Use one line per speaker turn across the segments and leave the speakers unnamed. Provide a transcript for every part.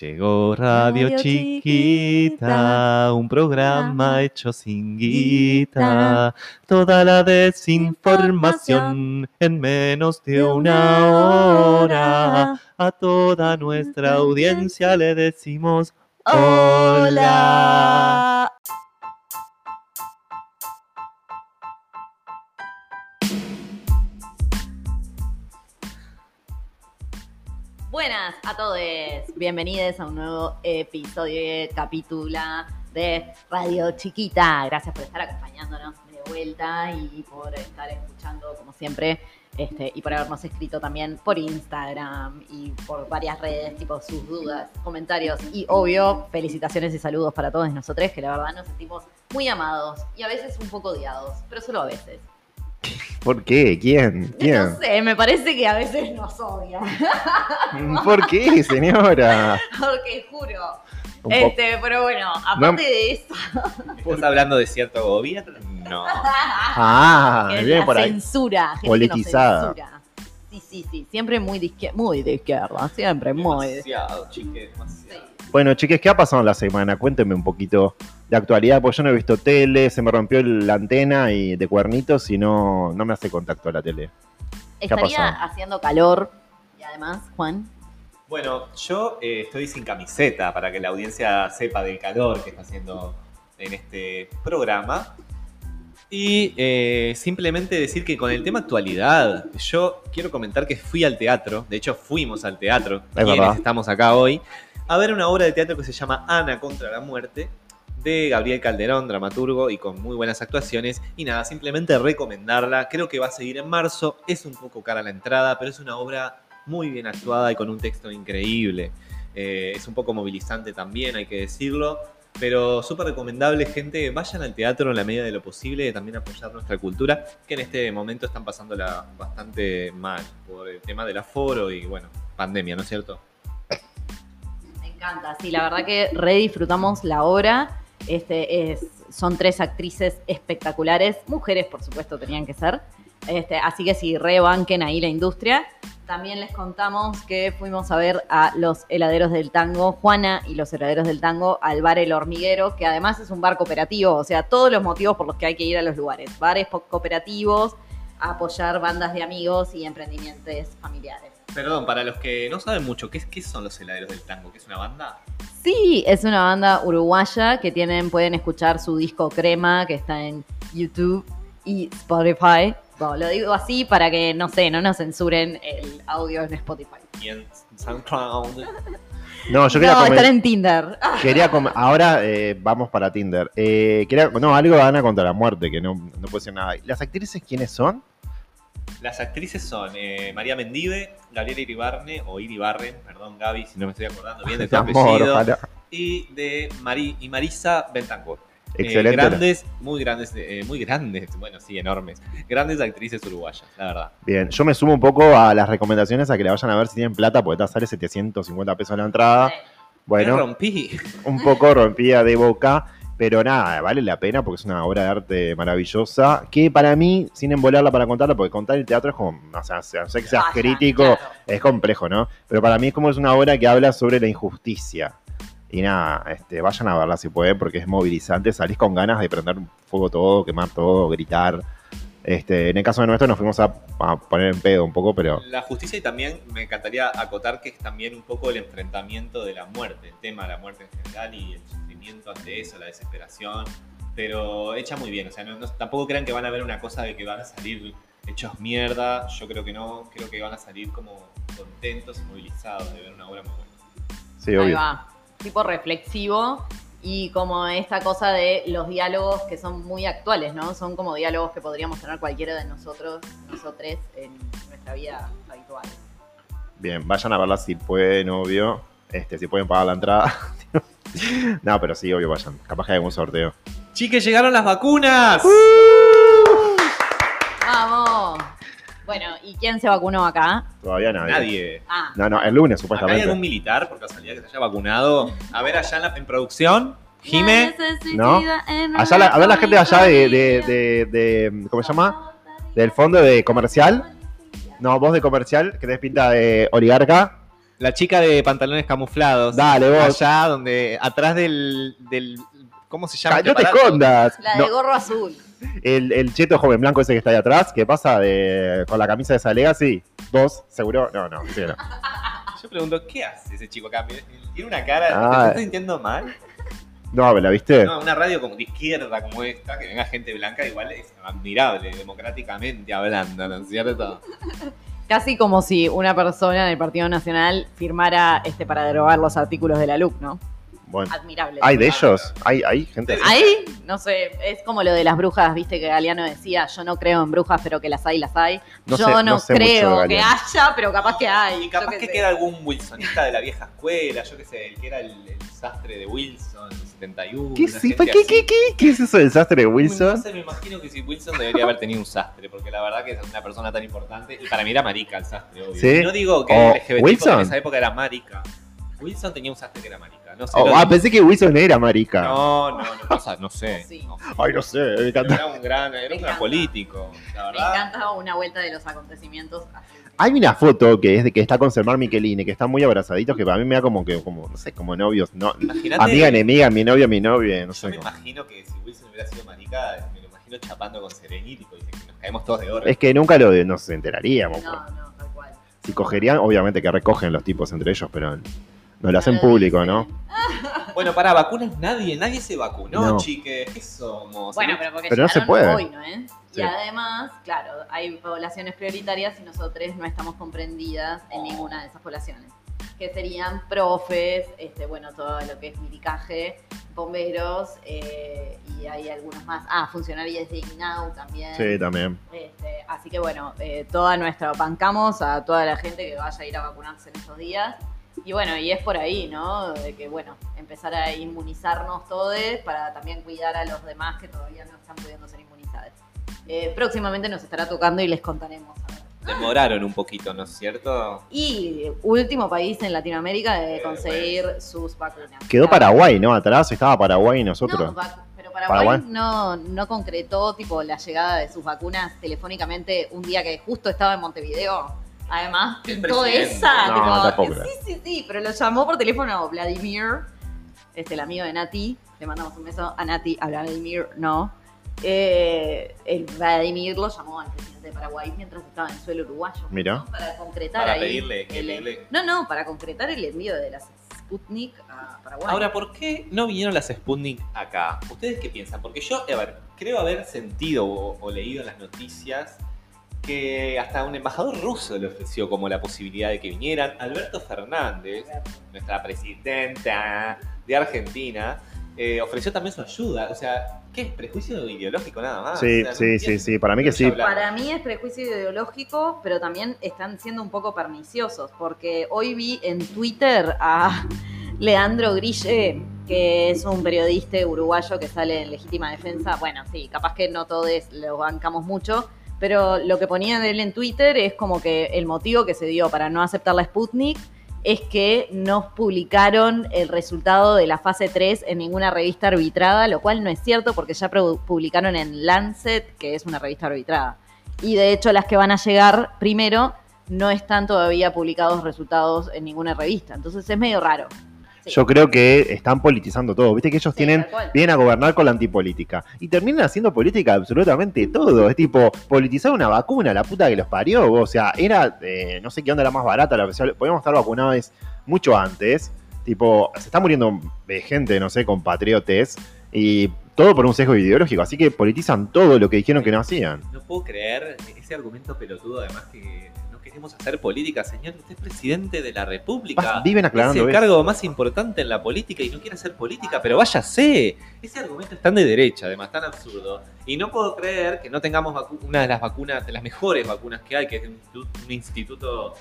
Llegó Radio,
Radio
Chiquita,
Chiquita,
un programa
programa
hecho sin guita. Toda la desinformación en menos de una hora. A toda nuestra
Ujú.
audiencia le decimos hola.
Hola.
Buenas a todos, bienvenidos a un nuevo episodio, eh, capítulo de Radio Chiquita. Gracias por estar acompañándonos de vuelta y por estar escuchando como siempre este, y por habernos escrito también por Instagram y por varias redes, tipo sus dudas, comentarios y obvio felicitaciones y saludos para todos nosotros que la verdad nos sentimos muy amados y a veces un poco odiados, pero solo a veces.
¿Por qué? ¿Quién? ¿Quién?
No sé, me parece que a veces nos odian,
¿Por qué, señora?
porque juro.
Un po-
Este, pero bueno, aparte de eso,
¿Estás hablando de cierto gobierno? No.
Ah,
que es
viene
la
por ahí.
censura, gente que nos
Politizada.
censura. Sí, sí, sí, siempre muy de izquierda, muy de izquierda, siempre muy. de-
Demasiado, chique, demasiado.
Bueno, chiques, ¿qué ha pasado en la semana? Cuéntenme un poquito de actualidad, porque yo no he visto tele, se me rompió la antena y de cuernitos y no, no me hace contacto a la tele. ha
Estaría
pasado?
haciendo calor y además, Juan,
Bueno, yo eh, estoy sin camiseta para que la audiencia sepa del calor que está haciendo en este programa. Y eh, simplemente decir que con el tema actualidad, yo quiero comentar que fui al teatro, de hecho fuimos al teatro,
Es
quienes
verdad.
estamos acá hoy, a ver una obra de teatro que se llama Ana contra la muerte, de Gabriel Calderón, dramaturgo y con muy buenas actuaciones. Y nada, simplemente recomendarla, creo que va a seguir en marzo, es un poco cara la entrada, pero es una obra muy bien actuada y con un texto increíble. Eh, es un poco movilizante también, hay que decirlo. Pero súper recomendable, gente, vayan al teatro en la medida de lo posible, también apoyar nuestra cultura, que en este momento están pasándola bastante mal por el tema del aforo y, bueno, pandemia, ¿no es cierto?
me encanta. Sí, la verdad que re disfrutamos la obra. Este es, son tres actrices espectaculares, mujeres por supuesto tenían que ser. Este, así que si rebanquen ahí la industria. También les contamos que fuimos a ver a los heladeros del tango, Juana y los heladeros del tango, al bar El Hormiguero, que además es un bar cooperativo, o sea, todos los motivos por los que hay que ir a los lugares. Bares po- cooperativos, apoyar bandas de amigos y emprendimientos familiares.
Perdón, para los que no saben mucho, ¿qué, qué son los heladeros del tango? ¿Qué es una banda?
Sí, es una banda uruguaya que tienen, pueden escuchar su disco Crema, que está en YouTube y Spotify. Bueno, lo digo así para que, no sé, no nos censuren el audio en Spotify.
Y en SoundCloud.
No, yo quería
no,
comer-
están en Tinder. Ah,
Quería com- ahora eh, vamos para Tinder. Eh, quería- no, algo de Ana contra la muerte, que no, no puede ser nada. ¿Las actrices quiénes son?
Las actrices son eh, María Mendive, Gabriela Iribarne, o Iribarren, perdón Gaby, si no me estoy acordando bien de tu
Amor,
apellido,
ojalá.
y de Mari- y Marisa Bentancur. Eh,
Excelente.
grandes, muy grandes, eh, muy grandes, bueno, sí, enormes. Grandes actrices uruguayas, la verdad.
Bien, yo me sumo un poco a las recomendaciones a que la vayan a ver si tienen plata, porque te sale 750 pesos la entrada.
Me
Bueno,
rompí.
un poco rompida de boca, pero nada, vale la pena porque es una obra de arte maravillosa. Que para mí, sin embolarla para contarla, porque contar el teatro es como, o sea, no sé que seas
vayan,
crítico,
Ah, claro.
es complejo, ¿no? Pero para mí es como es una obra que habla sobre la injusticia. Y nada, este, vayan a verla si pueden, porque es movilizante, salís con ganas de prender fuego todo, quemar todo, gritar. Este, en el caso de nuestro nos fuimos a, a poner en pedo un poco, pero
La justicia y también me encantaría acotar que es también un poco el enfrentamiento de la muerte, el tema de la muerte en general y el sufrimiento ante eso, la desesperación, pero hecha muy bien, o sea, no- no- tampoco crean que van a ver una cosa de que van a salir hechos mierda, yo creo que no, creo que van a salir como contentos y movilizados de ver una obra muy buena.
sí,
Ahí
obvio.
va. Tipo reflexivo y como esta cosa de los diálogos que son muy actuales, ¿no? Son como diálogos que podríamos tener cualquiera de nosotros, nosotres, en nuestra vida habitual.
Bien, vayan a verla si pueden, obvio. Este, si pueden pagar la entrada. no, pero sí, obvio, vayan. Capaz que hay algún sorteo.
Chiques, llegaron las vacunas.
¡Uh!
¡Vamos! Bueno, ¿y quién se vacunó acá?
Todavía nadie.
Nadie.
Ah,
No, no, el lunes
¿Acá hay
supuestamente.
algún militar por casualidad que se haya vacunado? A ver, allá en, la, en producción, Jime.
¿No? Allá la- a ver la gente de allá de, de- de- de- ¿Cómo se llama? Del fondo de comercial. No, vos de comercial, que tenés pinta de oligarca.
La chica de pantalones camuflados.
Dale, vos.
Allá donde, atrás del, del ¿cómo se llama?
Ca-
este
No te
aparato?
escondas.
La de
No,
gorro azul.
el, el cheto joven blanco ese que está ahí atrás, ¿qué pasa? De, con la camisa de esa Legacy. ¿Vos? ¿Seguro? No, no, sí, no.
Yo pregunto, ¿qué hace ese chico acá? Mira, Tiene una cara,
Ah.
¿te estás sintiendo mal?
No, ¿la viste?
No, una radio como de izquierda como esta, que venga gente blanca, igual es admirable, democráticamente hablando, ¿no es cierto?
Casi como si una persona del Partido Nacional firmara este para derogar los artículos de la LUC, ¿no?
Bueno.
Admirable.
¿Hay de ellos? ¿Hay, hay gente?
Ahí, no sé, es como lo de las brujas, viste que Galeano decía, yo no creo en brujas, pero que las hay, las hay.
No
yo
sé- no
no,
sé mucho de
creo que
Galeano.
haya, pero capaz que hay.
Y capaz
yo
que,
qué sé.
queda algún wilsonista de la vieja escuela, yo qué sé, el que era el, el sastre de Wilson, el 71.
¿Qué,
una
sí,
gente
¿Qué, qué,
así.
qué, qué, qué es eso del sastre de
No
Wilson?
sé, me imagino que si Wilson debería haber tenido un sastre, porque la verdad que es una persona tan importante. Y para mí era marica el sastre, obvio.
¿Sí?
No digo que
O
LGBT porque
Wilson.
en esa época era marica. Wilson tenía un sastre que era marica. No sé.
Oh,
lo-
ah, pensé que Wilson era marica.
no, no, no, no, o sea, no sé.
Sí.
No.
Ay, no sé, me
Pero
encanta.
Era un gran, era un gran
encanta.
político, la
Me
verdad.
encanta una vuelta de los acontecimientos.
Hay una foto que es de que está con Selmar Michelini, que están muy abrazaditos, que para mí me da como que, como, no sé, como novios, no,
Imagínate-
amiga, enemiga, mi novio, mi novia, no
Yo
sé.
me
cómo.
imagino que si Wilson hubiera sido marica, me lo imagino chapando con Serenity, porque dicen que nos caemos todos de oro.
Es que nunca lo nos enteraríamos. pues.
No, no, tal cual.
Si cogerían, obviamente que recogen los tipos entre ellos, pero no lo hacen
No lo
público,
dicen.
¿no?
Bueno, para vacunas nadie, nadie se vacunó,
No.
chiques. ¿Qué somos?
Bueno, pero porque
Pero no se
llegaron
puede.
hoy, ¿no, eh?
Sí.
Y además, claro, hay poblaciones prioritarias y nosotros no estamos comprendidas en ninguna de esas poblaciones. Que serían profes, este, bueno, todo lo que es milicaje, bomberos eh, y hay algunos más. Ah, funcionarios de INAU también.
Sí, también.
Este, así que bueno, eh, toda nuestra, bancamos a toda la gente que vaya a ir a vacunarse en estos días. Y bueno, y es por ahí, ¿no? De que bueno, empezar a inmunizarnos todos para también cuidar a los demás que todavía no están pudiendo ser inmunizados. Eh, próximamente nos estará tocando y les contaremos. a ver.
Demoraron un poquito, ¿no es cierto?
Y último país en Latinoamérica de
Eh,
conseguir sus vacunas.
Quedó
Claro.
Paraguay, ¿no? Atrás estaba Paraguay y
No,
nosotros.
vacu- pero Paraguay,
Paraguay.
No, no concretó tipo la llegada de sus vacunas telefónicamente un día que justo estaba en Montevideo. Además,
El
pintó
presidente.
esa.
No,
tipo,
tampoco.
sí, sí, sí, pero lo llamó por teléfono Vladimir, este, el amigo de Nati. Le mandamos un beso a Nati, a Vladimir, no. Eh, el Vladimir lo llamó al presidente de Paraguay mientras estaba en suelo uruguayo.
Mirá.
¿no? Para concretar
Para
ahí
pedirle, que
el-
pedirle.
No, no, para concretar el envío de las Sputnik a Paraguay.
Ahora, ¿por qué no vinieron las Sputnik acá? ¿Ustedes qué piensan? Porque yo, a ver, creo haber sentido o, o leído en las noticias que hasta un embajador ruso le ofreció como la posibilidad de que vinieran. Alberto Fernández, nuestra presidenta de Argentina, eh, ofreció también su ayuda. O sea, ¿qué es prejuicio ideológico nada más?
Sí,
O sea, no
sí, sí,
entiendo.
sí, para mí que sí.
Claro.
Para mí es prejuicio ideológico, pero también están siendo un poco perniciosos, porque hoy vi en Twitter a Leandro Grille, que es un periodista uruguayo que sale en Legítima Defensa. Bueno, sí, capaz que no todos lo bancamos mucho, pero lo que ponía de él en Twitter es como que el motivo que se dio para no aceptar la Sputnik es que no publicaron el resultado de la fase 3 en ninguna revista arbitrada, lo cual no es cierto porque ya pro- publicaron en Lancet, que es una revista arbitrada. Y de hecho las que van a llegar primero no están todavía publicados resultados en ninguna revista. Entonces es medio raro. Sí.
Yo creo que están politizando todo. Viste que ellos
Sí,
tienen
tal cual.
vienen a gobernar con la antipolítica. Y terminan haciendo política absolutamente todo. Es tipo, politizar una vacuna, la puta que los parió. O sea, era, eh, no sé qué onda la más barata, la que podíamos estar vacunados mucho antes. Tipo, se está muriendo eh, gente, no sé, compatriotes. Y todo por un sesgo ideológico. Así que politizan todo lo que dijeron que no hacían.
No puedo creer ese argumento pelotudo, además que no queremos hacer política, señor. Usted es presidente de la República.
Vas- viven
Es
aclarando
el
eso.
cargo más importante en la política y no quiere hacer política, pero váyase. Ese argumento es tan de derecha, además, tan absurdo. Y no puedo creer que no tengamos vacu- una de las vacunas, de las mejores vacunas que hay, que es de un instituto, un instituto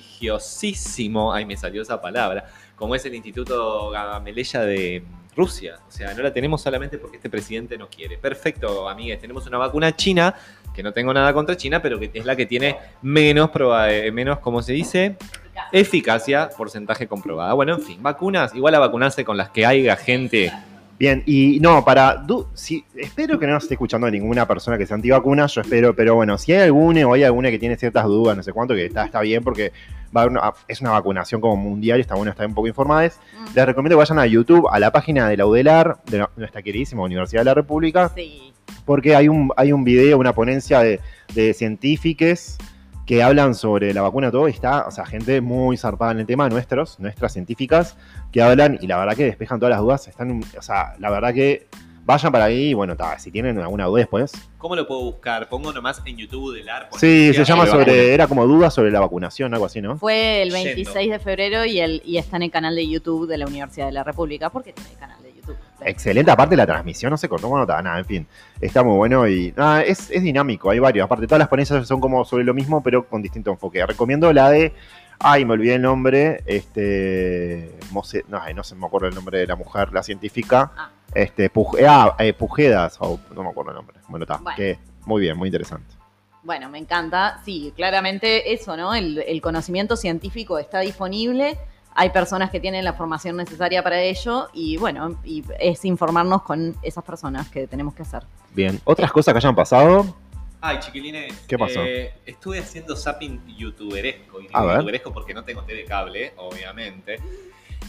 prestigiosísimo, ay, me salió esa palabra, como es el Instituto Gamaleya de Rusia. O sea, no la tenemos solamente porque este presidente no quiere. Perfecto, amigues, tenemos una vacuna china, que no tengo nada contra China, pero que es la que tiene menos, proba- eh, menos ¿cómo se dice? Eficacia, porcentaje comprobada. Bueno, en fin, vacunas, igual a vacunarse con las que haya gente.
Bien, y no, para. du- si, espero que no nos esté escuchando ninguna persona que sea antivacuna, yo espero, pero bueno, si hay alguna o hay alguna que tiene ciertas dudas, no sé cuánto, que está, está bien, porque va a haber una- es una vacunación como mundial y está bueno estar un poco informadas.
Mm.
Les recomiendo que vayan a YouTube, a la página de la UDELAR, de la- nuestra queridísima Universidad de la República,
Sí.
porque hay un, hay un video, una ponencia de, de científicos que hablan sobre la vacuna todo y está, o sea, gente muy zarpada en el tema, nuestros, nuestras científicas, que hablan y la verdad que despejan todas las dudas, están, o sea, la verdad que vayan para ahí y bueno, ta, si tienen alguna duda después.
¿Cómo lo puedo buscar? Pongo nomás en YouTube del ARPO.
Sí, se llama
la
sobre, era como dudas sobre la vacunación, algo así, ¿no?
Fue el
Yendo.
26 de febrero y, el, y está en el canal de YouTube de la Universidad de la República, porque tiene el canal de YouTube.
Excelente, aparte la transmisión, no se cortó bueno, ta, nada, en fin, está muy bueno y nada, es, es dinámico, hay varios, aparte todas las ponencias son como sobre lo mismo pero con distinto enfoque. Recomiendo la de, ay, me olvidé el nombre, este, Mose- no, ay, no se me acuerdo el nombre de la mujer, la científica,
Ah.
este, Puj- eh, ah, eh, Pujedas, o no me acuerdo el nombre, bueno, está,
Bueno.
que muy bien, muy interesante.
Bueno, me encanta. Sí, claramente eso, ¿no? El, el conocimiento científico está disponible. Hay personas que tienen la formación necesaria para ello y bueno, y es informarnos con esas personas que tenemos que hacer.
Bien, otras cosas que hayan pasado,
Ay, chiquilines.
¿Qué pasó?
eh, estuve haciendo zapping youtuberesco. Y
A
digo
ver.
youtuberesco porque no tengo TV cable, obviamente.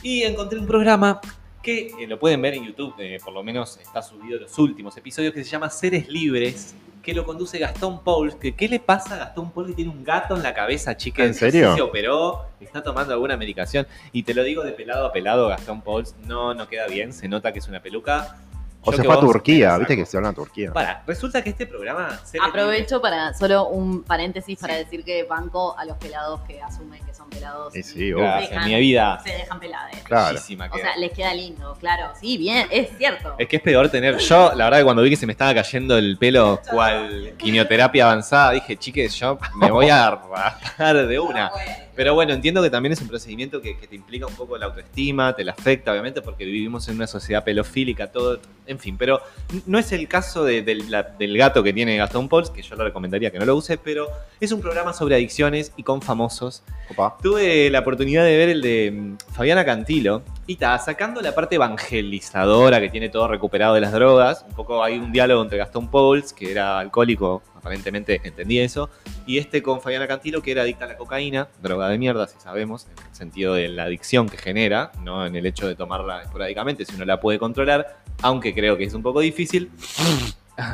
Y encontré un programa que eh, lo pueden ver en YouTube, eh, por lo menos está subido los últimos episodios, que se llama Seres Libres, que lo conduce Gastón Paul. Que, ¿Qué le pasa a Gastón Paul que tiene un gato en la cabeza, chica?
¿En serio?
Se operó, está tomando alguna medicación. Y te lo digo de pelado a pelado, Gastón Paul, no, no queda bien, se nota que es una peluca.
o
Yo
se
que
fue a
vos-
Turquía, viste
Exacto.
que se habla en Turquía.
Para, resulta que este programa. Seres Libres-
Aprovecho para solo un paréntesis para
Sí.
decir que banco a los pelados que asumen que son pelados.
Y
y
sí, obvio.
Gracias, mi vida.
Se dejan pelades.
Claro.
Bellísima
O
queda.
sea, les queda lindo, claro. Sí, bien, es cierto.
Es que es peor tener. Yo, la verdad, que cuando vi que se me estaba cayendo el pelo, cual quimioterapia avanzada, dije, chiques, yo me voy a rajar de una. Pero bueno, entiendo que también es un procedimiento que, que te implica un poco la autoestima, te la afecta, obviamente, porque vivimos en una sociedad pelofílica, todo. En fin, pero no es el caso de- del- la- del gato que tiene Gastón Pauls, que yo le recomendaría que no lo use, pero es un programa sobre adicciones y con famosos.
Opa.
Tuve la oportunidad de ver el de mm, Fabiana Cantilo y está sacando la parte evangelizadora que tiene todo recuperado de las drogas. Un poco hay un diálogo entre Gastón Pauls, que era alcohólico, aparentemente entendí eso, y este con Fabiana Cantilo, que era adicta a la cocaína, droga de mierda, si sabemos, en el sentido de la adicción que genera, no en el hecho de tomarla esporádicamente, si uno la puede controlar, aunque creo que es un poco difícil.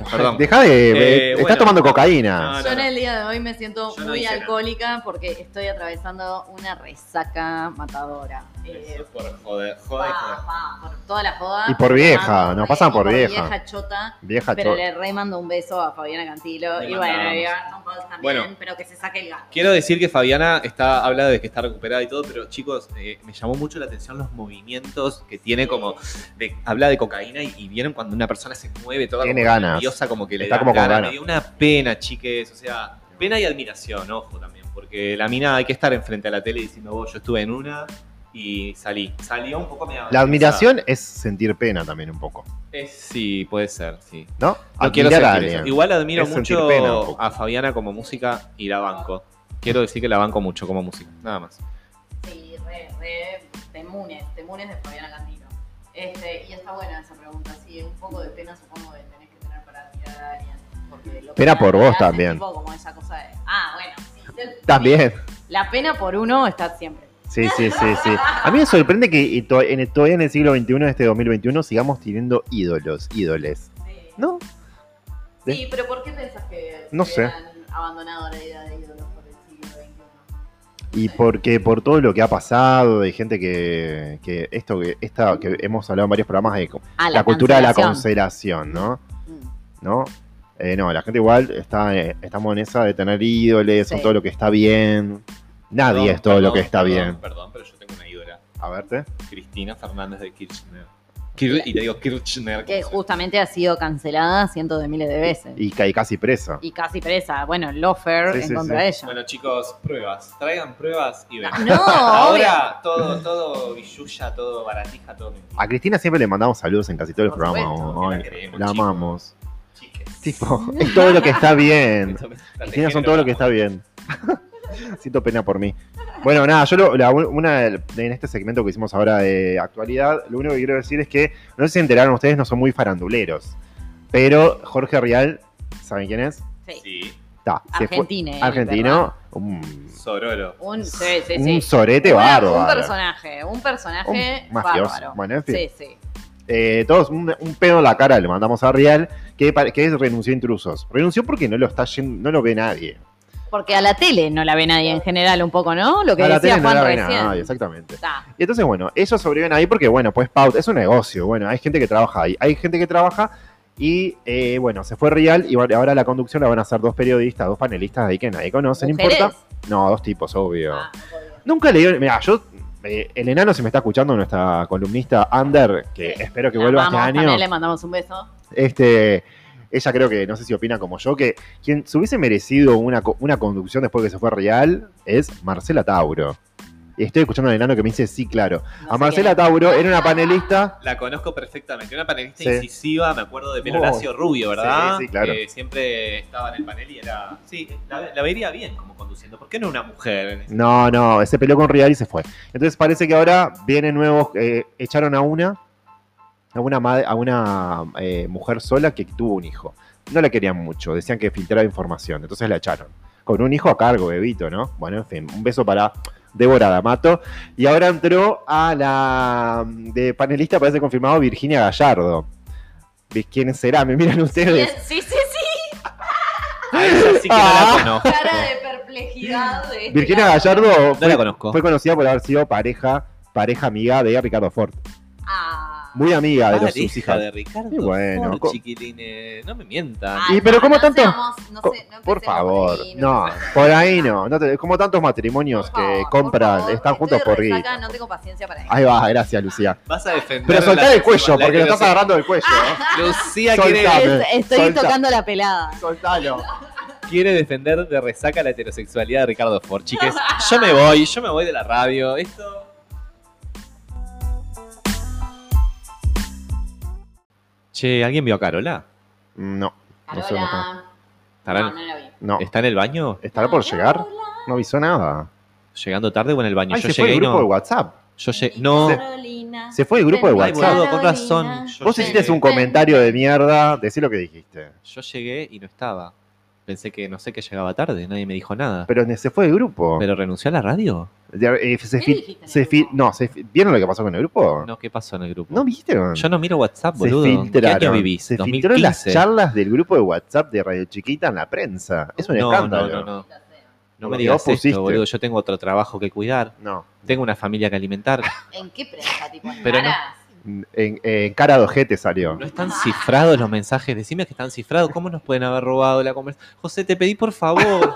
Perdón.
Deja de.
Eh,
estás
bueno.
tomando cocaína.
No,
Yo en el día de hoy me siento
Yo no
muy
hice nada.
alcohólica porque estoy atravesando una resaca matadora. Eh,
Eso por joder, joder, joder.
pa, pa, por toda la joda.
Y por vieja,
Pasando,
nos pasan
y
Ah, por vieja.
vieja chota.
Vieja
Pero
chota.
le re mando un beso a Fabiana Cantilo.
Le
y bueno,
mandamos.
y a Gastón Paul también,
Bueno.
pero que se saque el gato.
Quiero decir que Fabiana está, habla de que está recuperada y todo, pero chicos, eh, me llamó mucho la atención los movimientos que tiene como de, habla de cocaína y, y vieron cuando una persona se mueve toda
Tiene
como
ganas.
nerviosa, como que le
Está
da
como con
ganas.
ganas.
Me dio una pena, chiques, o sea, pena y admiración, ojo también, porque la mina hay que estar enfrente a la tele diciendo, vos, yo estuve en una y salí. Salió un poco medio
La admiración es sentir pena también un poco,
Es- sí, puede ser, sí.
¿no?
No
Admirar
quiero
a
sentir
alguien.
eso. Igual admiro
Ah, Es sentir
mucho
pena un poco.
a Fabiana como música y la banco. Quiero decir que la banco mucho como música, nada más.
Sí, re, re temunes, temunes de Fabiana Cantilo. Este, y está buena esa pregunta, sí, un poco de pena supongo que tenés que tener para tirar a alguien. Porque lo que
Pena
da-
por
te
vos
da ese
también.
tipo como esa cosa de, ah, bueno, sí, del-
También.
La pena por uno está siempre.
Sí, sí, sí, sí. A mí me sorprende que y to- en- todavía en el siglo XXI, en este 2021, sigamos teniendo ídolos, ídoles.
Sí,
¿No?
Sí, pero ¿por qué pensás que
No
se
sé.
hubieran abandonado la idea de ídolos por el siglo XXI?
Y porque por todo lo que ha pasado, de gente que, que esto que esta que hemos hablado en varios programas de co-
Ah, Mm.
la, cultura de la cancelación, ¿no? ¿No? Eh, no, la gente igual está, eh, estamos en esa de tener ídoles, son
Sí.
todo lo que está bien. Nadie
Perdón,
es Ah, todo lo
perdón,
que está
perdón,
bien.
Perdón, pero yo tengo una ídola.
A verte.
Cristina Fernández de Kirchner. Kir- y le digo Kirchner.
Que justamente ha sido cancelada cientos de miles de veces. Y,
Y caí casi presa.
casi presa. Bueno, Lofer
Sí,
en
sí,
contra
sí.
de ella.
Bueno, chicos, pruebas. Traigan pruebas y ven.
No, Ah, obvio.
Ahora todo, todo billulla, todo baratija, todo mentira.
A Cristina siempre le mandamos saludos en casi todo el
Por
programa.
supuesto,
Ay,
que la queremos,
la
chico.
amamos.
Chiques.
Tipo, es todo lo que está bien.
Esto me está
Cristina son
tejiendo
todo lo
la
que está bien. Siento pena por mí. Bueno, nada, yo lo- la- una de- en este segmento que hicimos ahora de actualidad, lo único que quiero decir es que, no sé si enteraron ustedes, no son muy faranduleros. Pero Jorge Rial, ¿saben quién es?
Sí.
Sí.
Ta, se fue-
Argentina.
argentino, un,
Sororo.
Un, sí, sí, sí.
un sorete
Una-
bárbaro.
Un personaje, un personaje
Un mafioso.
bárbaro.
Bueno, en fin.
Sí, sí.
Eh, todos un, un pedo en la cara le mandamos a Real, que, pa- que renunció a intrusos. Renunció porque no lo está yendo- no lo ve nadie.
Porque a la tele no la ve nadie en general, un poco, ¿no? Lo que
A la
decía
tele
Juan
no la ve
recién.
nadie, exactamente.
Está.
Y entonces, bueno, ellos sobreviven ahí porque, bueno, pues pauta, es un negocio, bueno, hay gente que trabaja ahí, hay gente que trabaja y, eh, bueno, se fue Real y bueno, ahora la conducción la van a hacer dos periodistas, dos panelistas ahí que nadie conoce, no
¿Mujeres?
importa. No, dos tipos, obvio.
Ah, obvio.
Nunca le dieron, mira, yo, eh, el enano, si me está escuchando, nuestra columnista Ander, que
Sí.
espero que
La
vuelva este
amamos,
año.
también le mandamos un beso.
Este, ella creo que, no sé si opina como yo, que quien se hubiese merecido una, co- una conducción después que se fue Real es Marcela Tauro. Y estoy escuchando al enano que me dice, sí, claro.
No
a
sé
Marcela
quién
Tauro era una panelista.
La conozco perfectamente. Una panelista
Sí.
incisiva, me acuerdo de
Oh.
Peloracio Rubio, ¿verdad?
Sí, sí, claro.
Que siempre estaba en el panel y era. Sí, la, la vería bien como conduciendo. ¿Por qué no una mujer?
No, no, se peleó con Real y se fue. Entonces parece que ahora vienen nuevos, eh, echaron a una, a una, madre- a una eh, mujer sola que tuvo un hijo. No la querían mucho, decían que filtraba información, entonces la echaron. Con un hijo a cargo, bebito, ¿no? Bueno, en fin, un beso para Débora D'Amato. Y ahora entró a la mm, de panelista, parece confirmado, Virginia Gallardo. ¿Ves ¿Quién será? Me miran
es.
ustedes.
Sí, sí, sí.
A ella sí que
Ah.
no la conozco.
Cara de perplejidad. de este
Virginia
lado.
Gallardo
No la
fue,
conozco.
fue conocida por haber sido pareja, pareja amiga de Ricardo Ford.
Ah.
Muy amiga de los
Pareja
sus hijas.
de Ricardo.
Y bueno,
Ford,
co-
chiquilines. No me mientan.
Ah,
Y pero ¿cómo tanto?
seamos- no
Co-
sé, no empecemos
Por favor,
ahí,
no,
empecemos ahí.
por ahí no. no te- como tantos matrimonios
Por
que
favor,
compran,
por favor,
están juntos
estoy
por
resaca,
guita.
No tengo paciencia para eso.
Ahí va, gracias Lucía.
Vas a defender.
Pero soltá
la-
el cuello,
la-
porque lo
la-
estás agarrando del cuello.
Ah.
¿eh?
Lucía
Soltá.
quiere,
dame,
Es- Estoy
solta.
tocando la pelada.
Soltalo.
quiere defender de resaca la heterosexualidad de Ricardo Ford. Chiques, yo me voy, yo me voy de la radio. Esto. Che, ¿alguien vio a Carola?
No, No sé,
Carola.
¿Estará,
No, no la vi. Ah,
no.
está en el baño?
¿Estará por llegar?
Carola,
No avisó nada.
¿Llegando tarde o en el baño?
Ay,
yo
se fue
llegué
el
y
grupo de
no.
WhatsApp.
Yo llegué. No.
Carolina.
Se fue el grupo de
Ay,
WhatsApp.
boludo, con razón. Yo
Vos
llegué-
hiciste un comentario de mierda, decí lo que dijiste.
Yo llegué y no estaba. Pensé que no sé que llegaba tarde, nadie me dijo nada.
Pero se fue el grupo.
¿Pero renunció a la radio?
Ya, eh, se
¿Qué
fi-
dijiste en el
se fi-
grupo?
no, se fi- ¿Vieron lo que pasó con el grupo?
No, ¿qué pasó en el grupo?
¿No vieron?
Yo no miro WhatsApp,
se
boludo. ¿Qué
filtraron.
año vivís?
Se
2015.
filtraron las charlas del grupo de WhatsApp de Radio Chiquita en la prensa. Es un
no,
escándalo.
No, no, no. No me
Porque
digas
vos pusiste.
esto, boludo. Yo tengo otro trabajo que cuidar.
No.
Tengo una familia que alimentar.
¿En qué prensa? Tipo, ¿En
Pero no-
Caras?
En, en cara de ojete salió.
No están cifrados los mensajes. Decime que están cifrados. ¿Cómo nos pueden haber robado la conversación? José, te pedí por favor.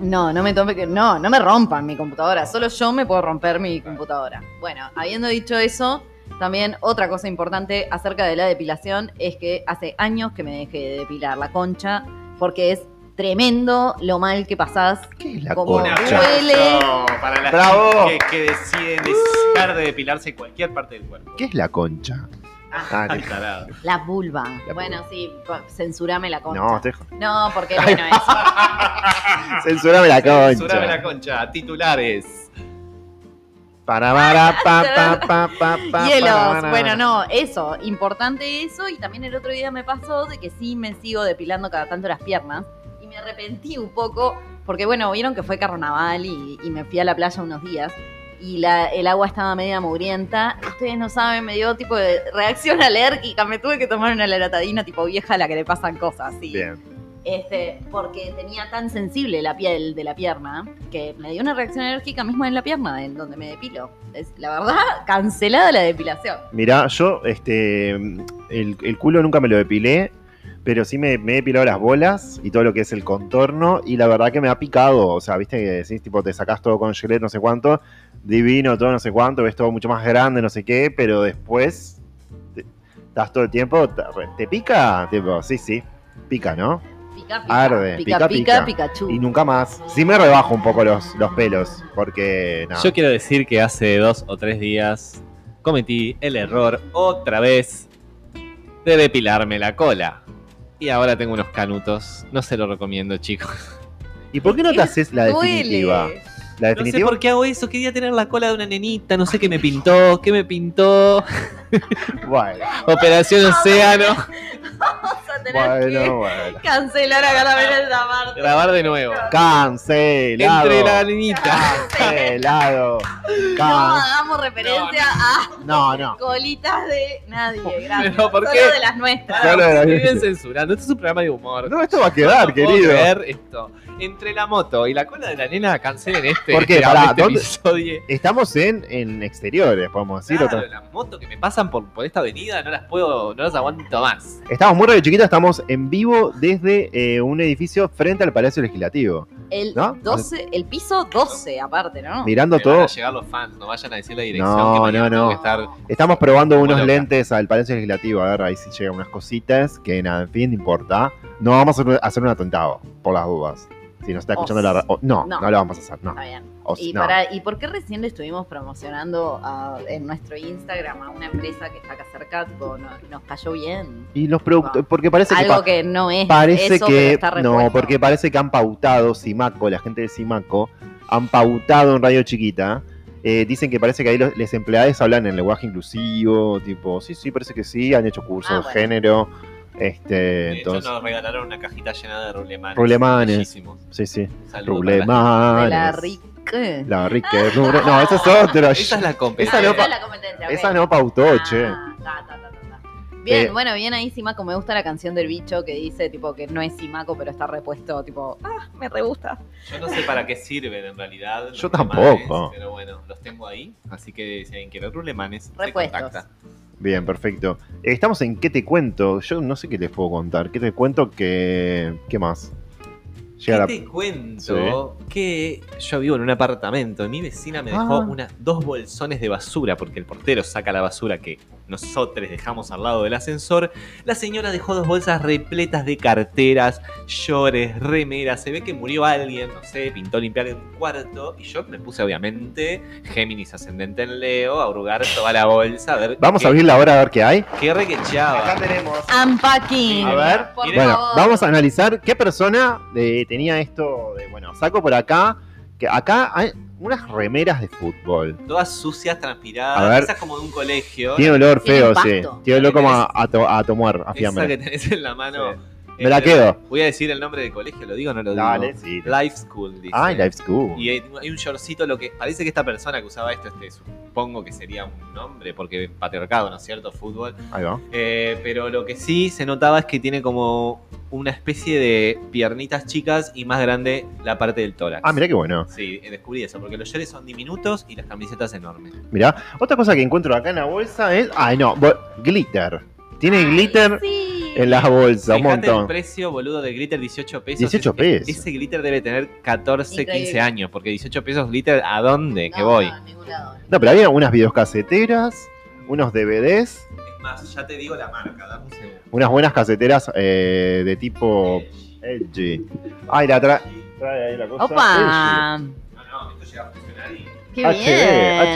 No, no me tome que. No, no me rompan mi computadora. Solo yo me puedo romper mi computadora. Bueno, habiendo dicho eso, también otra cosa importante acerca de la depilación es que hace años que me dejé de depilar la concha porque es tremendo lo mal que pasás.
¿Qué es la
Como
Un
Concha.
aplauso
Duele.
Para la
Bravo.
gente que decide dejar de depilarse en cualquier parte del cuerpo.
¿Qué es la concha? Ah,
Ay,
te-
tarado.
La vulva.
La
bueno, sí, pa- censurame la concha.
no,
No,
te...
porque bueno, es.
censurame la
Censurame
concha.
la concha. Titulares.
Para, para, pa, pa, pa, pa, pa, para,
Hielos.
para,
Bueno, no, eso. Importante eso. Y también el otro día me pasó de que sí me sigo depilando cada tanto las piernas. Y me arrepentí un poco. Porque bueno, vieron que fue carnaval y, y me fui a la playa unos días. Y la- el agua estaba media mugrienta. Ustedes no saben, me dio tipo de reacción alérgica. Me tuve que tomar una laratadina tipo vieja a la que le pasan cosas. Y
Bien.
este, porque tenía tan sensible la piel de la pierna que me dio una reacción alérgica misma en la pierna, en donde me depilo. Es, la verdad, cancelada la depilación.
Mirá, yo este, el, el culo nunca me lo depilé, pero sí me, me he depilado las bolas y todo lo que es el contorno, y la verdad que me ha picado. O sea, viste que decís, tipo, te sacás todo con gelet, no sé cuánto, divino, todo no sé cuánto, ves todo mucho más grande, no sé qué, pero después te- estás todo el tiempo, te, te pica, tipo, sí, sí, pica, ¿no?
Pica, pica.
Arde,
Pica, pica,
pica, pica.
Pikachu.
Y nunca más. Sí me rebajo un poco los, los pelos, porque nada.
Yo quiero decir que hace dos o tres días cometí el error otra vez de depilarme la cola. Y ahora tengo unos canutos. No se lo recomiendo, chicos.
¿Y por qué no te haces la
Duele.
definitiva? La
No sé
definitiva.
por qué hago eso, quería tener la cola de una nenita, no sé qué me pintó, qué me pintó.
Bueno,
Operación Océano.
Vamos a tener
bueno, bueno.
que cancelar a Caramel esa parte.
Grabar de nuevo.
Cancelado.
Entre la
Ah,
nenita.
Cancelado.
No
Can-
hagamos referencia a
No, no.
colitas de nadie, gracias.
Pero, ¿por
Solo
qué?
de las nuestras.
Claro,
Ahora,
era
me
bien.
viven censurando, esto es un programa de humor.
No, esto va a quedar,
No puedo
querido.
creer esto. Entre la moto y la cola de la nena, cancelen este.
¿Por qué?
este-
Pará,
este
¿dónde-
episodio.
Estamos en, en exteriores, podemos decir.
Claro,
otra-
las motos que me pasan por, por esta avenida no las puedo, no las aguanto más.
Estamos muy de chiquita, estamos en vivo desde eh, un edificio frente al Palacio Legislativo.
El
¿No?
12, el piso 12 aparte, ¿no?
Mirando
Me
todo.
Van a llegar los fans, no vayan a decir la dirección.
No,
que mañana
no, no.
tengo que estar- eh,
Estamos probando
Como
unos
loca.
lentes al Palacio Legislativo. A ver, ahí si llegan unas cositas que nada, en fin, no importa. No vamos a hacer- hacer un atentado, por las dudas. Si nos está escuchando
Os.
la. ra- o- no,
No.
no, lo vamos a hacer, no.
Está bien.
Os,
Y,
no.
para, ¿Y por qué recién le estuvimos promocionando a- en nuestro Instagram a una empresa que está acá cerca? Tipo, no- nos cayó bien.
Y los productos.
No.
Porque parece que.
Algo
pa-
que no es.
parece
eso, pero
que.
está repuesto.
No, porque parece que han pautado Simaco, la gente de Simaco, han pautado en Radio Chiquita. eh, dicen que parece que ahí los, les empleados hablan en lenguaje inclusivo, tipo, sí, sí, parece que sí, han hecho cursos
Ah,
de
bueno.
género. Este,
De hecho,
entonces.
nos regalaron una cajita llena de rulemanes.
Rulemanes.
Bellísimos.
Sí, sí.
Saludos para
De
Problemas.
la rica.
La rica es un- No, esa es otra.
la- Esa es la
Esa
competencia.
Ah,
no
esa
pa-
es la competencia. ok.
Esa no pautó,
Ah,
che.
ta, ta, ta, ta, ta. Bien,
Eh.
bueno, bien ahí Simaco. Me gusta la canción del bicho que dice, tipo, que no es Simaco, pero está repuesto, tipo, ah, me re gusta.
Yo no sé para qué sirven en realidad. los
Yo
rulemanes,
tampoco.
Pero bueno, los tengo ahí. Así que si alguien quiere rulemanes, se
Repuestos.
contacta.
Bien, perfecto. Eh, Estamos en ¿Qué te cuento? Yo no sé qué les puedo contar. ¿Qué te cuento? que ¿Qué más?
¿Qué
Llega la-
te cuento? Que yo vivo en un apartamento y mi vecina me dejó
Ah.
unas dos bolsones de basura porque el portero saca la basura que nosotros dejamos al lado del ascensor. La señora dejó dos bolsas repletas de carteras, llores, remeras. Se ve que murió alguien, no sé, pintó limpiar un cuarto. Y yo me puse, obviamente, Géminis ascendente en Leo, a hurgar toda la bolsa. A ver
Vamos
qué-
a abrirla ahora a ver qué hay.
Qué requecheaba.
tenemos.
Unpacking.
A ver,
por
bueno,
favor.
vamos a analizar qué persona eh, tenía esto de, bueno, saco por acá, que acá hay unas remeras de fútbol.
Todas sucias, transpiradas.
A ver.
Esa es como de un colegio.
Tiene olor
Tiene
feo, sí.
pasto.
Tiene olor como a, a to- a tomar, a
Esa que
fiambre.
tenés en la mano.
Sí. Me la
Este,
quedo.
Voy a decir el nombre del colegio, ¿lo digo o no lo
Dale,
digo?
sí.
Life School, dice.
Ay, Life School.
Y hay, hay un shortcito, lo que parece que esta persona que usaba esto, este, supongo que sería un nombre, porque patriarcado, ¿no es cierto? Fútbol.
Ahí va.
Eh, pero lo que sí se notaba es que tiene como una especie de piernitas chicas y más grande la parte del tórax.
Ah, mirá qué bueno.
Sí, descubrí eso, porque los shorts son diminutos y las camisetas enormes.
Mirá, otra cosa que encuentro acá en la bolsa es. Ay, no, bo- glitter. Tiene
Ay,
glitter
sí.
en las bolsas, un
Fijate el
montón.
precio, boludo, de glitter 18 pesos.
18 pesos.
Ese glitter debe tener 14,
Increíble.
15 años, porque 18 pesos glitter, ¿a dónde?
No,
que voy.
no, ningún lado.
No, pero había unas videocaseteras, unos DVDs,
Es más, ya te digo la marca, dame un segundo.
unas buenas caseteras eh, de tipo LG. Ay, la tra- trae ahí la cosa. LG.
Opa.
No, no, esto llega a funcionar y.
Qué
HD,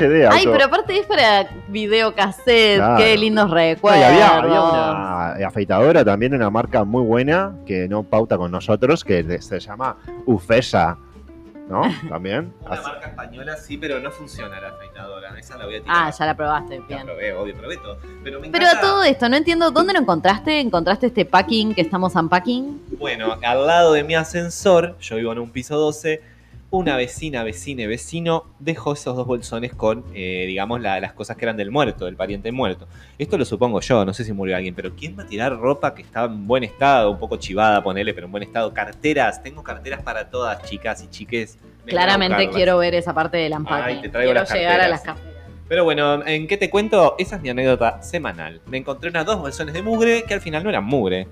bien.
HD,
Ay,
auto.
pero aparte es para videocassette.
Claro.
Qué lindos
No, y
recuerdos.
había, había una afeitadora también, una marca muy buena que no pauta con nosotros, que de- se llama Ufella. ¿No? También.
Una
Así-
marca española sí, pero no funciona la afeitadora. Esa la voy a tirar.
Ah, ya la probaste,
La
bien.
probé, obvio, probé todo. Pero me
Pero
encanta-
a todo esto, no entiendo, ¿dónde lo encontraste? ¿Encontraste este packing que estamos unpacking?
Bueno, al lado de mi ascensor, yo vivo en un piso 12, una vecina, vecine, vecino dejó esos dos bolsones con, eh, digamos, la- las cosas que eran del muerto, del pariente muerto. Esto lo supongo yo, no sé si murió alguien, pero ¿quién va a tirar ropa que está en buen estado, un poco chivada, ponele, pero en buen estado? Carteras, tengo carteras para todas, chicas y chiques. Vengan a
Claramente
buscarlas.
quiero ver esa parte del unpacking.
Ay, te traigo
quiero
las
llegar a las
carteras.
carteras.
Pero bueno, ¿en qué te cuento? Esa es mi anécdota semanal. Me encontré unas dos bolsones de mugre que al final no eran mugre.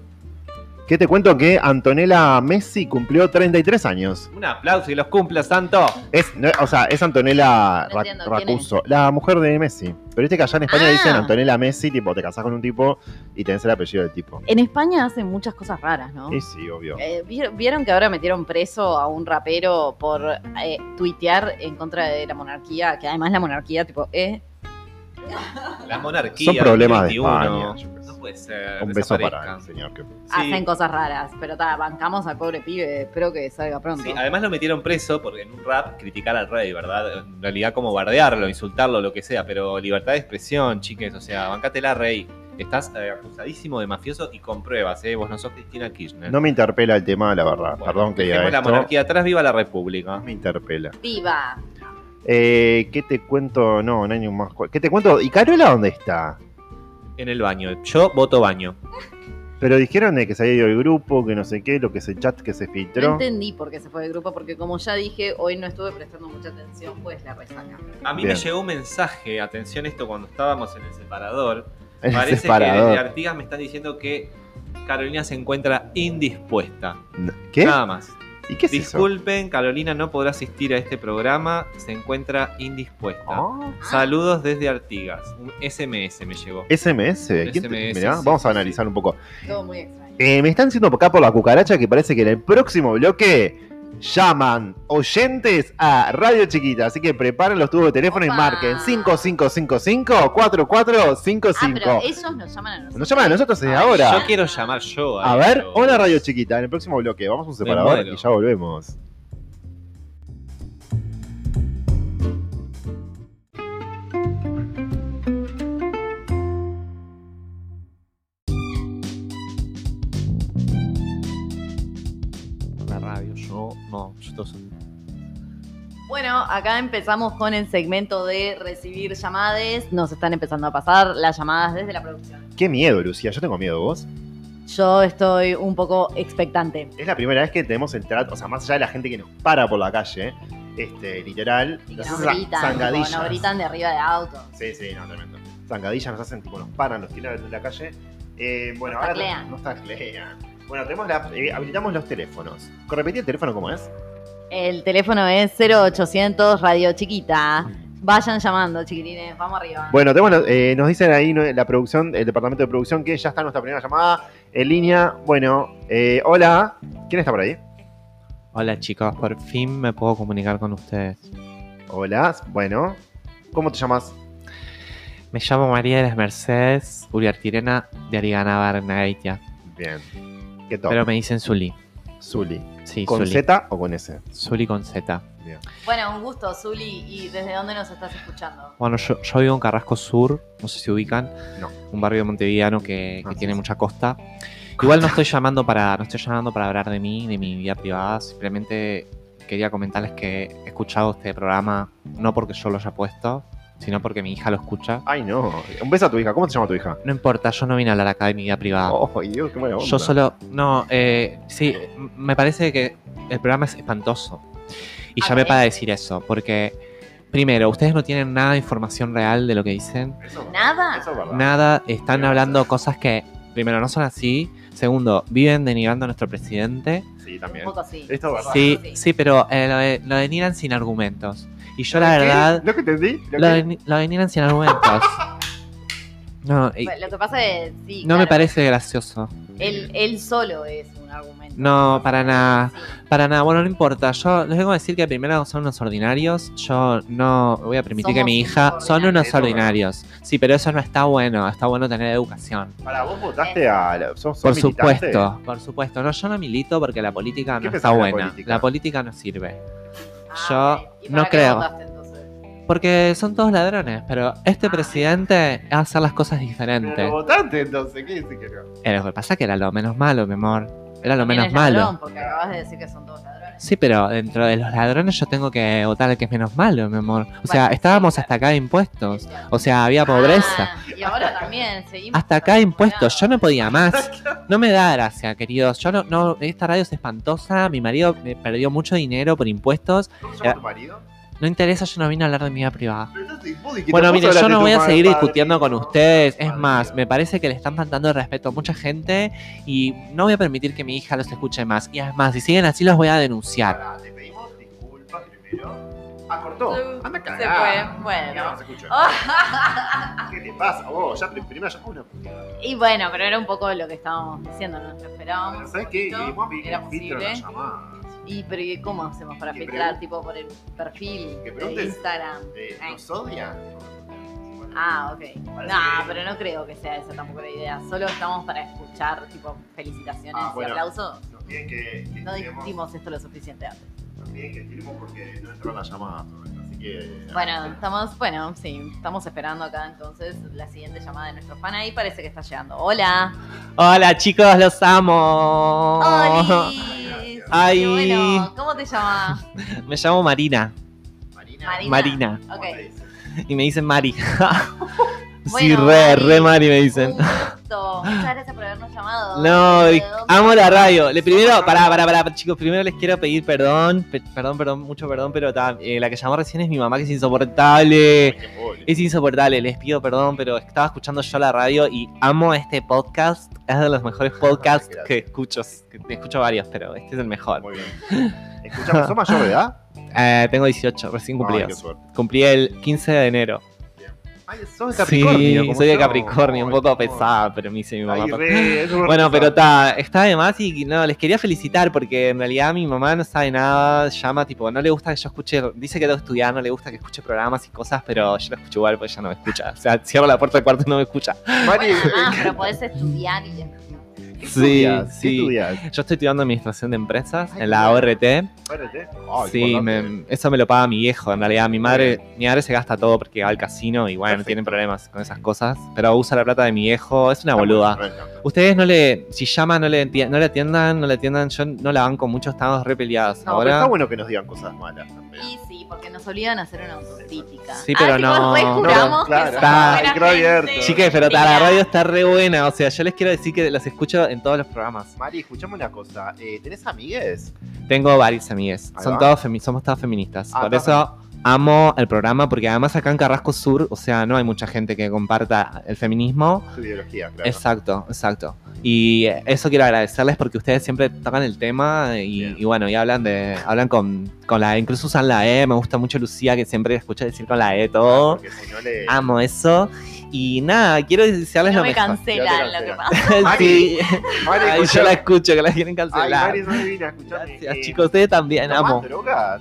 Que te cuento que Antonella Messi cumplió 33 años.
Un aplauso y los cumpla, santo.
Es, no, o sea, es Antonella
No
Ra-
entiendo, ¿quién
Racuso, la mujer de Messi. Pero viste que allá en España
Ah.
dicen Antonella Messi, tipo, te casás con un tipo y tenés el apellido del tipo.
En España hacen muchas cosas raras, ¿no?
Y sí, obvio.
Eh, vi- ¿Vieron que ahora metieron preso a un rapero por eh, tuitear en contra de la monarquía? Que además la monarquía, tipo, eh,
La monarquía.
Son problemas de
21.
España. yo qué sé.
puede ser.
Un beso para
desaparezcan.
el señor. Que...
Hacen cosas raras, pero ta, bancamos a pobre pibe, espero que salga pronto.
Sí, además lo metieron preso porque en un rap criticar al rey, ¿verdad? En realidad como bardearlo, insultarlo, lo que sea, pero libertad de expresión, chiques, o sea, bancatela, rey. Estás eh, acusadísimo de mafioso y con pruebas, ¿eh? Vos no sos Cristina Kirchner.
No me interpela el tema, la verdad.
Bueno,
Perdón que diga
dejemos la
esto.
monarquía atrás, viva la república.
No me interpela.
Viva.
Eh, ¿Qué te cuento? No, no hay un más. cu- ¿Qué te cuento? ¿Y Carola dónde está?
En el baño. Yo voto baño.
Pero dijeron de que se había ido el grupo, que no sé qué, lo que es el chat que se
No
filtró.
entendí por qué se fue del grupo, porque como ya dije, hoy no estuve prestando mucha atención, pues la resaca.
A mí
Bien.
me llegó un mensaje, atención esto, cuando estábamos en el separador.
El
Parece que desde
separador.
Artigas me están diciendo que Carolina se encuentra indispuesta.
¿Qué?
Nada más.
¿Y qué es eso?
Disculpen, Carolina no podrá asistir a este programa, se encuentra indispuesta.
Ah,
Saludos desde Artigas. Un SMS me llegó.
SMS. ¿Quién te-
SMS,
mirá,
sí,
vamos a
sí,
analizar un poco.
Todo muy extraño.
Eh, me están diciendo por acá por la cucaracha que parece que en el próximo bloque llaman oyentes a Radio Chiquita. Así que preparen los tubos de teléfono
Opa.
y marquen
Ah,
5555-4455.
pero ellos nos llaman a nosotros.
Nos llaman a nosotros desde
Ay,
ahora.
Yo quiero llamar yo.
A ver,
pero-
hola Radio Chiquita, en el próximo bloque. Vamos a un
Me
separador
muero.
y ya volvemos.
La radio, yo no, yo todo soy-
Bueno, acá empezamos con el segmento de recibir llamadas. Nos están empezando a pasar las llamadas desde la producción.
Qué miedo, Lucía. Yo tengo miedo, ¿vos?
Yo estoy un poco expectante.
Es la primera vez que tenemos el trato, o sea, más allá de la gente que nos para por la calle, este, literal,
Y que
nos
no
hacen
gritan,
zangadillas.
tipo, no gritan de arriba de autos.
Sí, sí, no, tremendo. Zangadillas nos hacen, tipo, nos paran, nos tiran de la calle. Eh, bueno,
Nos
ahora
taclean.
nos taclean. Bueno, tenemos la, eh, habilitamos los teléfonos. ¿Repetí el teléfono cómo es?
El teléfono es 0800 Radio Chiquita. Vayan llamando, chiquitines. Vamos arriba.
Bueno, tenemos los- eh, nos dicen ahí ¿no? la producción, el departamento de producción, que ya está nuestra primera llamada en línea. Bueno, eh, hola, ¿quién está por ahí?
Hola chicos, por fin me puedo comunicar con ustedes.
Hola, bueno, ¿cómo te llamas?
Me llamo María de las Mercedes Uriartirena de Arigana Barnagaitia.
Bien, ¿qué tal?
Pero me dicen Zuli.
Zuli.
Sí,
¿Con
Zuli.
Z o con S?
Zuli con Z.
Bien.
Bueno, un gusto, Zuli. ¿Y desde dónde nos estás escuchando?
Bueno, yo, yo vivo en Carrasco Sur, no sé si ubican.
No.
Un barrio montevideano que, Eh, que
Ah, sí,
tiene
sí.
mucha costa. Igual no estoy llamando para. No estoy llamando para hablar de mí, de mi vida privada. Simplemente quería comentarles que he escuchado este programa, no porque yo lo haya puesto, sino porque mi hija lo escucha.
Ay, no. Un beso a tu hija. ¿Cómo se llama tu hija?
No importa, yo no vine a hablar acá de mi vida privada.
Oh, Dios, qué buena onda.
Ah. Yo solo. No, eh, sí, m- me parece que el programa es espantoso. Y
A
llamé
ver.
para decir eso, porque. Primero, ustedes no tienen nada de información real de lo que dicen.
Eso-
¿Nada?
eso es verdad.
Nada, están
Qué
hablando
vergüenza.
cosas que, primero, no son así. Segundo, viven denigrando a nuestro presidente.
Sí,
Un
también.
poco sí.
Esto es verdad.
Sí,
Sí.
sí, pero eh, lo, de- lo denigran sin argumentos. Y yo, la
¿Qué?
verdad,
¿Lo que entendí? ¿Lo
lo,
que-
deni- lo denigran sin argumentos. No, y-
Lo que pasa es que sí.
no me
claro,
parece gracioso.
Él, él solo es un argumento.
No, para nada.
Sí.
Para nada, bueno, no importa. Yo les vengo a decir que primero son unos ordinarios. Yo no voy a permitir
Somos
que mi hija.
unos
Son unos
ordinarios.
ordinarios. Sí, pero eso no está bueno. Está bueno tener educación.
Para vos votaste a. la- ¿Sos, sos
Por
militante?
supuesto, por supuesto. No, yo no milito porque la política
¿Qué
no está
pensás de la
buena. La
política?
política? no sirve.
Ah,
Yo
ok. ¿Y
no
para qué
creo.
votaste, entonces?
Porque son todos ladrones, pero este
Ah.
presidente hace las cosas
Pero
diferentes.
lo votaste entonces, ¿qué dice que no?
Eh, Lo que pasa es que era lo menos malo, mi amor. Era lo
También
menos
es
malo.
ladrón, porque acabas de decir que son todos ladrones.
Sí, pero dentro de los ladrones yo tengo que votar al que es menos malo, mi amor. O sea,
Bueno,
estábamos
sí,
hasta acá de impuestos.
Entiendo.
O sea, había pobreza.
Ah, y ahora también seguimos.
Hasta acá
con
de
el
impuestos. Yo
morado.
no podía más. No me da gracia, queridos. Yo no, no, esta radio es espantosa. Mi marido me perdió mucho dinero por impuestos.
¿Cómo se llama tu marido?
No interesa, yo no vine a hablar de mi vida privada.
Pero estás en público y
Bueno,
vos
mire, yo
hablaste
no
de
voy
tu
a
madre,
seguir
padre,
discutiendo con
¿no?
ustedes. Es
Madre
más,
mía.
me parece que le están faltando el respeto a mucha gente y no voy a permitir que mi hija los escuche más. Y es más, si siguen así los voy a denunciar.
Pará, te pedimos disculpas primero. Ah, cortó. Anda
Se
a cagar.
fue,
Mira, no
bueno.
se escucha.
Oh.
¿Qué te pasa vos? Ya prim- primero ya fue una puteada.
Y bueno, pero era un poco lo que estábamos diciendo, no nos lo
Pero
esperábamos.
¿Sabes qué?
un
Vos me
poquito, Era
dijiste filtro en
posible.
las llamadas.
Y pero ¿y cómo hacemos para
Que
filtrar?
pregun-
Tipo por el perfil
que
de
preguntes.
Instagram.
Eh,
Ay.
¿Nos odian?
Ah, ok. No, pero no creo que sea esa tampoco la idea. Solo estamos para escuchar, tipo, felicitaciones
Ah, bueno.
y aplausos.
Nos piden que, que
No
estiremos-
discutimos esto lo suficiente antes.
nos piden que estiremos porque no entró la llamada. todavía, Así que.
Bueno, estamos, bueno, sí, estamos esperando acá entonces la siguiente llamada de nuestro fan. Ahí parece que está llegando. Hola.
Hola chicos, los amo.
¡Oli!
Oh. Ay.
Qué bueno, ¿cómo te llamas?
Me llamo Marina.
Marina.
Marina.
Marina.
¿cómo te
Ok.
dice?
Y me dicen Mari. sí,
Bueno,
re,
Mari. Uh,
re Mari me
Un
dicen.
gusto. Muchas gracias por habernos llamado.
No,
¿De
y-
dónde
amo la
llamas?
radio. Le primero, pará, pará, pará, chicos, primero les quiero pedir perdón, pe- perdón, perdón, mucho perdón, pero ta- eh, la que llamó recién es mi mamá que es insoportable.
Qué pobre.
Es insoportable, les pido perdón, pero estaba escuchando yo la radio y amo este podcast. Es de los mejores podcasts
Gracias.
que escucho. que Escucho varios, pero este es el mejor.
Muy bien.
Escuchamos, ¿sos mayor de edad?
Eh, tengo 18, recién
Ay, qué
cumplidos.
suerte.
Cumplí el 15 de enero.
Ay, sos de Capricornio.
Sí,
como
soy de
yo.
Capricornio, un
Ay,
poco
qué amor.
pesada, pero me dice mi mamá.
Ay, re, es un
Bueno, pero
representante.
está, está de más y no, les quería felicitar porque en realidad mi mamá no sabe nada, llama, tipo, no le gusta que yo escuche, dice que tengo que estudiar, no le gusta que escuche programas y cosas, pero yo la escucho igual porque ella no me escucha. O sea, cierro la puerta del cuarto y no me escucha.
Mari,
Bueno, ah, pero podés estudiar y
¿qué
Sí,
estudias? ¿Qué
sí.
estudias?
Yo estoy estudiando administración de empresas
Ay,
en la
qué
ORT.
Espérate.
Ay,
sí,
importante.
me- eso me lo paga mi viejo, en realidad. Mi madre, mi madre se gasta todo porque va al casino y bueno,
Perfecto.
tienen problemas con esas cosas. Pero usa la plata de mi viejo, es una
Está
boluda.
muy bien, me encanta.
Ustedes no le, si llama, no le, enti- no le atiendan, no le atiendan, yo no la banco mucho, estamos re peleadas.
No,
Pero
Ahora,
está bueno que nos digan cosas malas también.
Y sí, porque nos obligan a hacer una autocrítica.
Sí, pero
ah, tipo,
no,
re
no,
juramos que
claro.
somos
Está-
buena
micro
gente.
abierto.
chicas, pero ta, la
Mira,
radio está re buena, o sea, yo les quiero decir que las escucho en todos los programas.
Mari, escuchame una cosa. eh, ¿Tenés amigues?
Tengo varias amigas,
Ahí
son
va.
todos femi- somos todas feministas,
Ah,
por
está
eso amo el programa, porque además acá en Carrasco Sur, o sea, no hay mucha gente que comparta el feminismo.
Tu ideología, claro.
Exacto, exacto. Y eh, eso quiero agradecerles porque ustedes siempre tocan el tema
Bien.
y, y bueno, y hablan de, hablan con, con la, incluso usan la E, me gusta mucho Lucía que siempre escucha decir con la E todo.
Porque si no le.
Amo eso. Y nada, quiero desearles
No
lo
me
mejor.
cancelan
Ya
lo
te
que
cancelan.
pasa.
Sí.
Mari,
Ay, yo
escuchá-
la escucho, que la
Ay,
quieren cancelar.
Mari, sos divina, escuchame.
Gracias,
eh,
chicos, ustedes también,
¿tomás
amo.
drogas?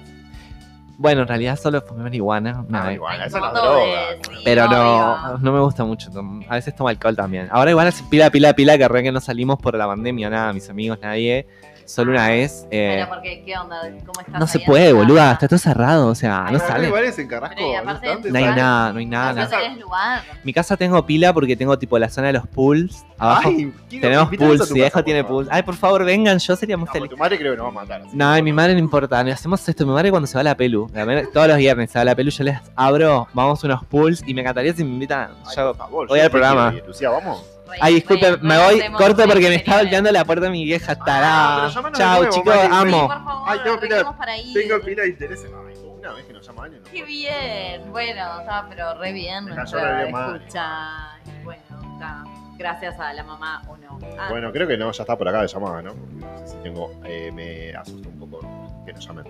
Bueno, en realidad solo fumé marihuana una
Ah,
vez.
igual, eso no es
Como
droga.
todos, sí,
Pero no, eh.
obvio.
no me gusta mucho. tom- A veces tomo alcohol también. Ahora igual hace pila, pila, pila que re que no salimos por la pandemia, nada, mis amigos, nadie. Solo una vez. eh,
Pero porque, ¿qué onda? ¿Cómo estás
no se
ahí Ah,
puede,
en tu
boluda,
casa?
está todo cerrado, o sea, Ah, no
Ay,
sale.
Igual es en Carrasco.
Pero y aparte-
¿dónde
No hay
sale?
nada, no hay nada.
No
nada.
tenés lugar.
Mi casa tengo pila porque tengo tipo la zona de los pools. Abajo
Ay, quiero-
tenemos
invítanos a
pools,
tu
mi
casa,
viejo
por
tiene
favor.
pools. Ay, por favor, vengan, yo sería muy
No,
feliz.
tu madre creo que nos va a matar. así
No,
que
y mi
bueno.
madre no importa, no hacemos esto. Mi madre cuando se va a la pelu, la madre- todos los viernes se va a la pelu, yo les abro, vamos a unos pools y me encantaría si me invitan.
Ay,
yo-
por favor,
voy
yo
al
te quiero
programa.
ir. Lucía, vamos.
Re-
Ay, disculpe,
re-
me
re-
voy
hacemos
corto porque me
experiencias.
está golpeando la puerta mi vieja
Ah, pero
tarada.
llámanos de
Chao,
nuevo,
chicos,
Mari,
Sí,
amo.
por favor,
Ay, tengo pila-
arreglemos para ir.
Tengo pila de intereses. Ay, una vez que nos llama alguien. no
Qué
puedo.
bien. Bueno, está, pero re bien.
Me cayó
nuestra
re bien, madre.
escucha. Y Bueno, está. Gracias a la mamá o no. Ah,
Bueno, creo que no, ya está por acá de llamada, ¿no? Porque no sé si tengo. eh, me asusta un poco que nos llamen.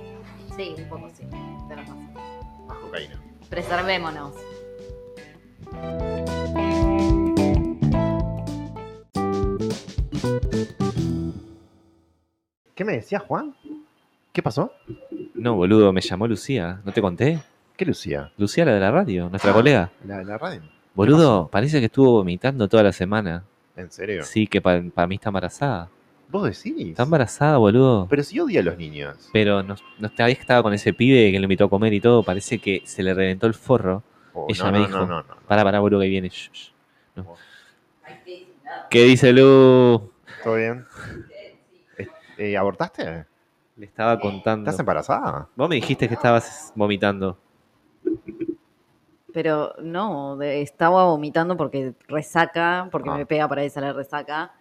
Sí, un poco sí. tenés razón.
Más cocaína.
Preservémonos.
¿Qué me decía Juan? ¿Qué pasó?
No, boludo, me llamó Lucía, ¿no te conté?
¿Qué Lucía?
Lucía, la de la radio,
Ah.
nuestra colega.
La, la radio.
Boludo, parece que estuvo vomitando toda la semana.
¿En serio?
Sí, que para mí está embarazada.
¿Vos decís?
Está embarazada, boludo.
Pero si odia a los niños.
Pero no, no te habías estado con ese pibe que lo invitó a comer y todo. Parece que se le reventó el forro.
Oh,
Ella
no,
me
no,
dijo.
No, no, no.
Pará, pará, boludo, que ahí viene. Shh, shh. No. ¿Qué dice Lu?
¿Todo bien? Eh, ¿Abortaste?
Le estaba contando.
Eh, ¿Estás embarazada?
Vos me dijiste que estabas vomitando.
Pero no, de- estaba vomitando porque resaca, porque
Ah.
me pega para esa la resaca.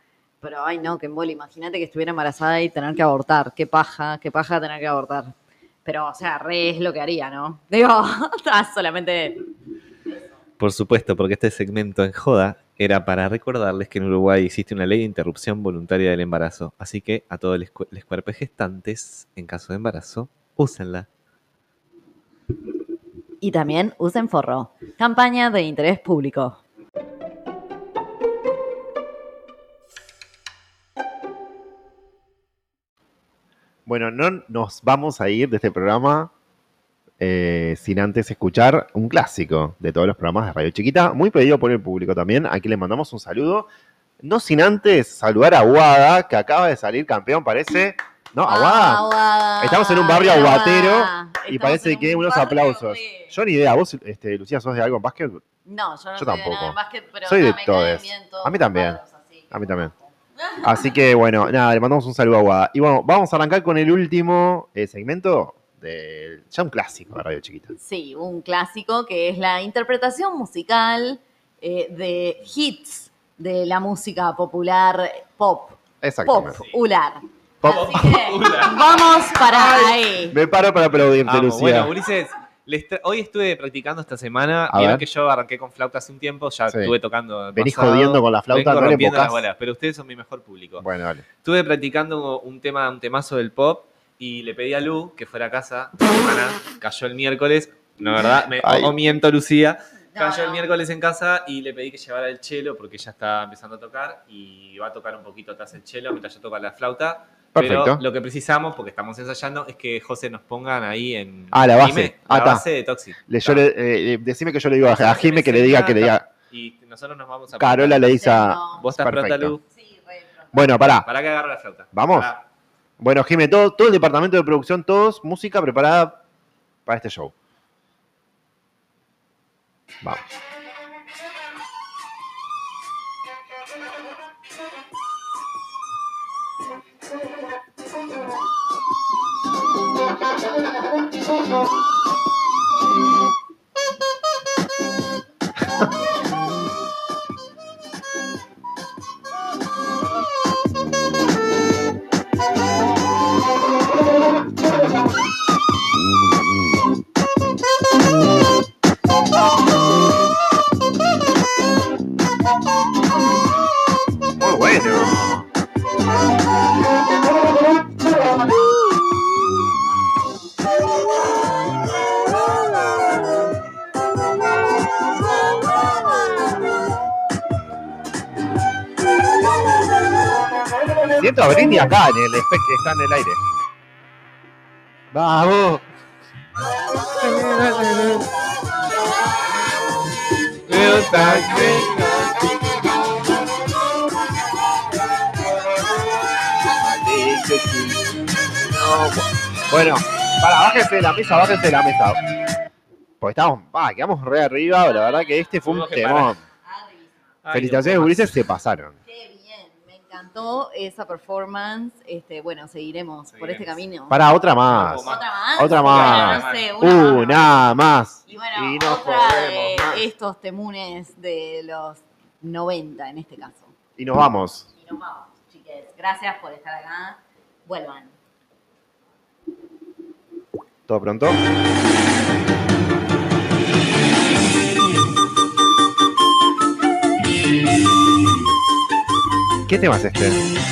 Pero ay no, que embole, imagínate que estuviera embarazada y tener que abortar. Qué paja, qué paja tener que abortar. Pero, o sea, re es lo que haría, ¿no? Digo, ah, solamente.
Por supuesto, porque este segmento en joda era para recordarles que en Uruguay existe una ley de interrupción voluntaria del embarazo. Así que a todos los cu- los cuerpos gestantes, en caso de embarazo, úsenla.
Y también usen forro. Campaña de interés público.
Bueno, no nos vamos a ir de este programa eh, sin antes escuchar un clásico de todos los programas de Radio Chiquita, muy pedido por el público también. Aquí le mandamos un saludo. No sin antes saludar a Aguada, que acaba de salir campeón, parece. No, Aguada.
Ah, Aguada.
Estamos en un barrio
Aguada.
aguatero y
Estamos
parece
en un
que unos
barrio
aplausos.
de-
Yo ni idea, vos, este, Lucía, sos de algo en básquet.
No, yo no
Yo
soy de nada
tampoco.
de básquet, pero
Soy
ah,
de
me caen
todes.
bien todos
A mí también.
los palos, así.
A mí también. Así que bueno, nada, le mandamos un saludo a Aguada. Y bueno, vamos a arrancar con el último eh, segmento del ya un clásico de Radio Chiquita.
Sí, un clásico que es la interpretación musical eh, de hits de la música popular pop, pop,
Exactamente.
ular.
Pop.
Así que vamos para ahí.
Me paro para aplaudirte,
Amo.
Lucía.
Bueno, Ulises, les tra- hoy estuve practicando esta semana.
A ver.
Vieron que yo arranqué con flauta hace un tiempo, ya
Sí.
estuve tocando. el
Venís
pasado.
jodiendo con la flauta,
Vengo
no le
rompiendo las
invocás.
bolas, pero ustedes son mi mejor público.
Bueno, dale.
Estuve practicando un tema, un temazo del pop y le pedí a Lu que fuera a casa. esta semana. cayó el miércoles. La verdad, me,
Ay.
o miento, Lucía.
No,
Cayó el
no.
miércoles en casa y le pedí que llevara el chelo porque ella está empezando a tocar y va a tocar un poquito atrás el chelo mientras yo toca la flauta.
Perfecto.
Pero lo que precisamos, porque estamos ensayando, es que José nos pongan ahí en.
Ah, la base.
Dime,
Ah,
la
ta.
base de Toxic.
Le-
Ta.
yo le- eh, decime que yo le digo a, a Jime que le
Sí,
diga,
ta,
que le
ta.
diga.
Y nosotros nos vamos a.
Carola le dice a.
No.
Vos estás pronta,
Perfecto.
Lu.
Sí, re pronto.
Bueno, pará.
Para que agarre la flauta.
Vamos.
Pará.
Bueno, Jime, todo, todo el departamento de producción, todos, música preparada para este show. Vamos. Muy Oh, bueno. Siento a Britney acá en el espe- que está en el aire. Vamos. Bueno, para, bájense de la mesa, bájense de la mesa. Pues estamos, va, quedamos re arriba, la verdad que este fue un
Tuvimos que
temón.
Arriba.
Ay,
Felicitaciones,
Dios.
Ulises, se pasaron.
Qué bien, me encantó esa performance. Este, bueno, seguiremos, por este camino.
Seguiremos.
Para otra más.
Otra
¿Otra más?
Otra Uh,
más.
Bueno, no sé, una, más.
Una más.
Y bueno,
Y nos
otra de
jodemos más.
estos temunes de los 90 en este caso.
Y nos vamos.
Y nos vamos, chiques. Gracias por estar acá. Vuelvan.
¿Todo pronto? ¿Qué tema es este?